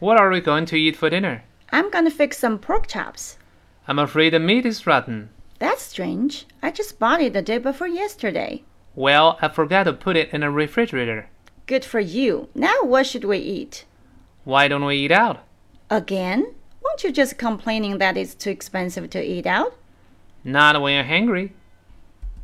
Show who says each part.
Speaker 1: What are we going to eat for dinner?
Speaker 2: I'm gonna fix some pork chops.
Speaker 1: I'm afraid the meat is rotten.
Speaker 2: That's strange. I just bought it the day before yesterday.
Speaker 1: Well, I forgot to put it in the refrigerator.
Speaker 2: Good for you. Now what should we eat?
Speaker 1: Why don't we eat out?
Speaker 2: Again? Won't you just complaining that it's too expensive to eat out?
Speaker 1: Not when you're hungry.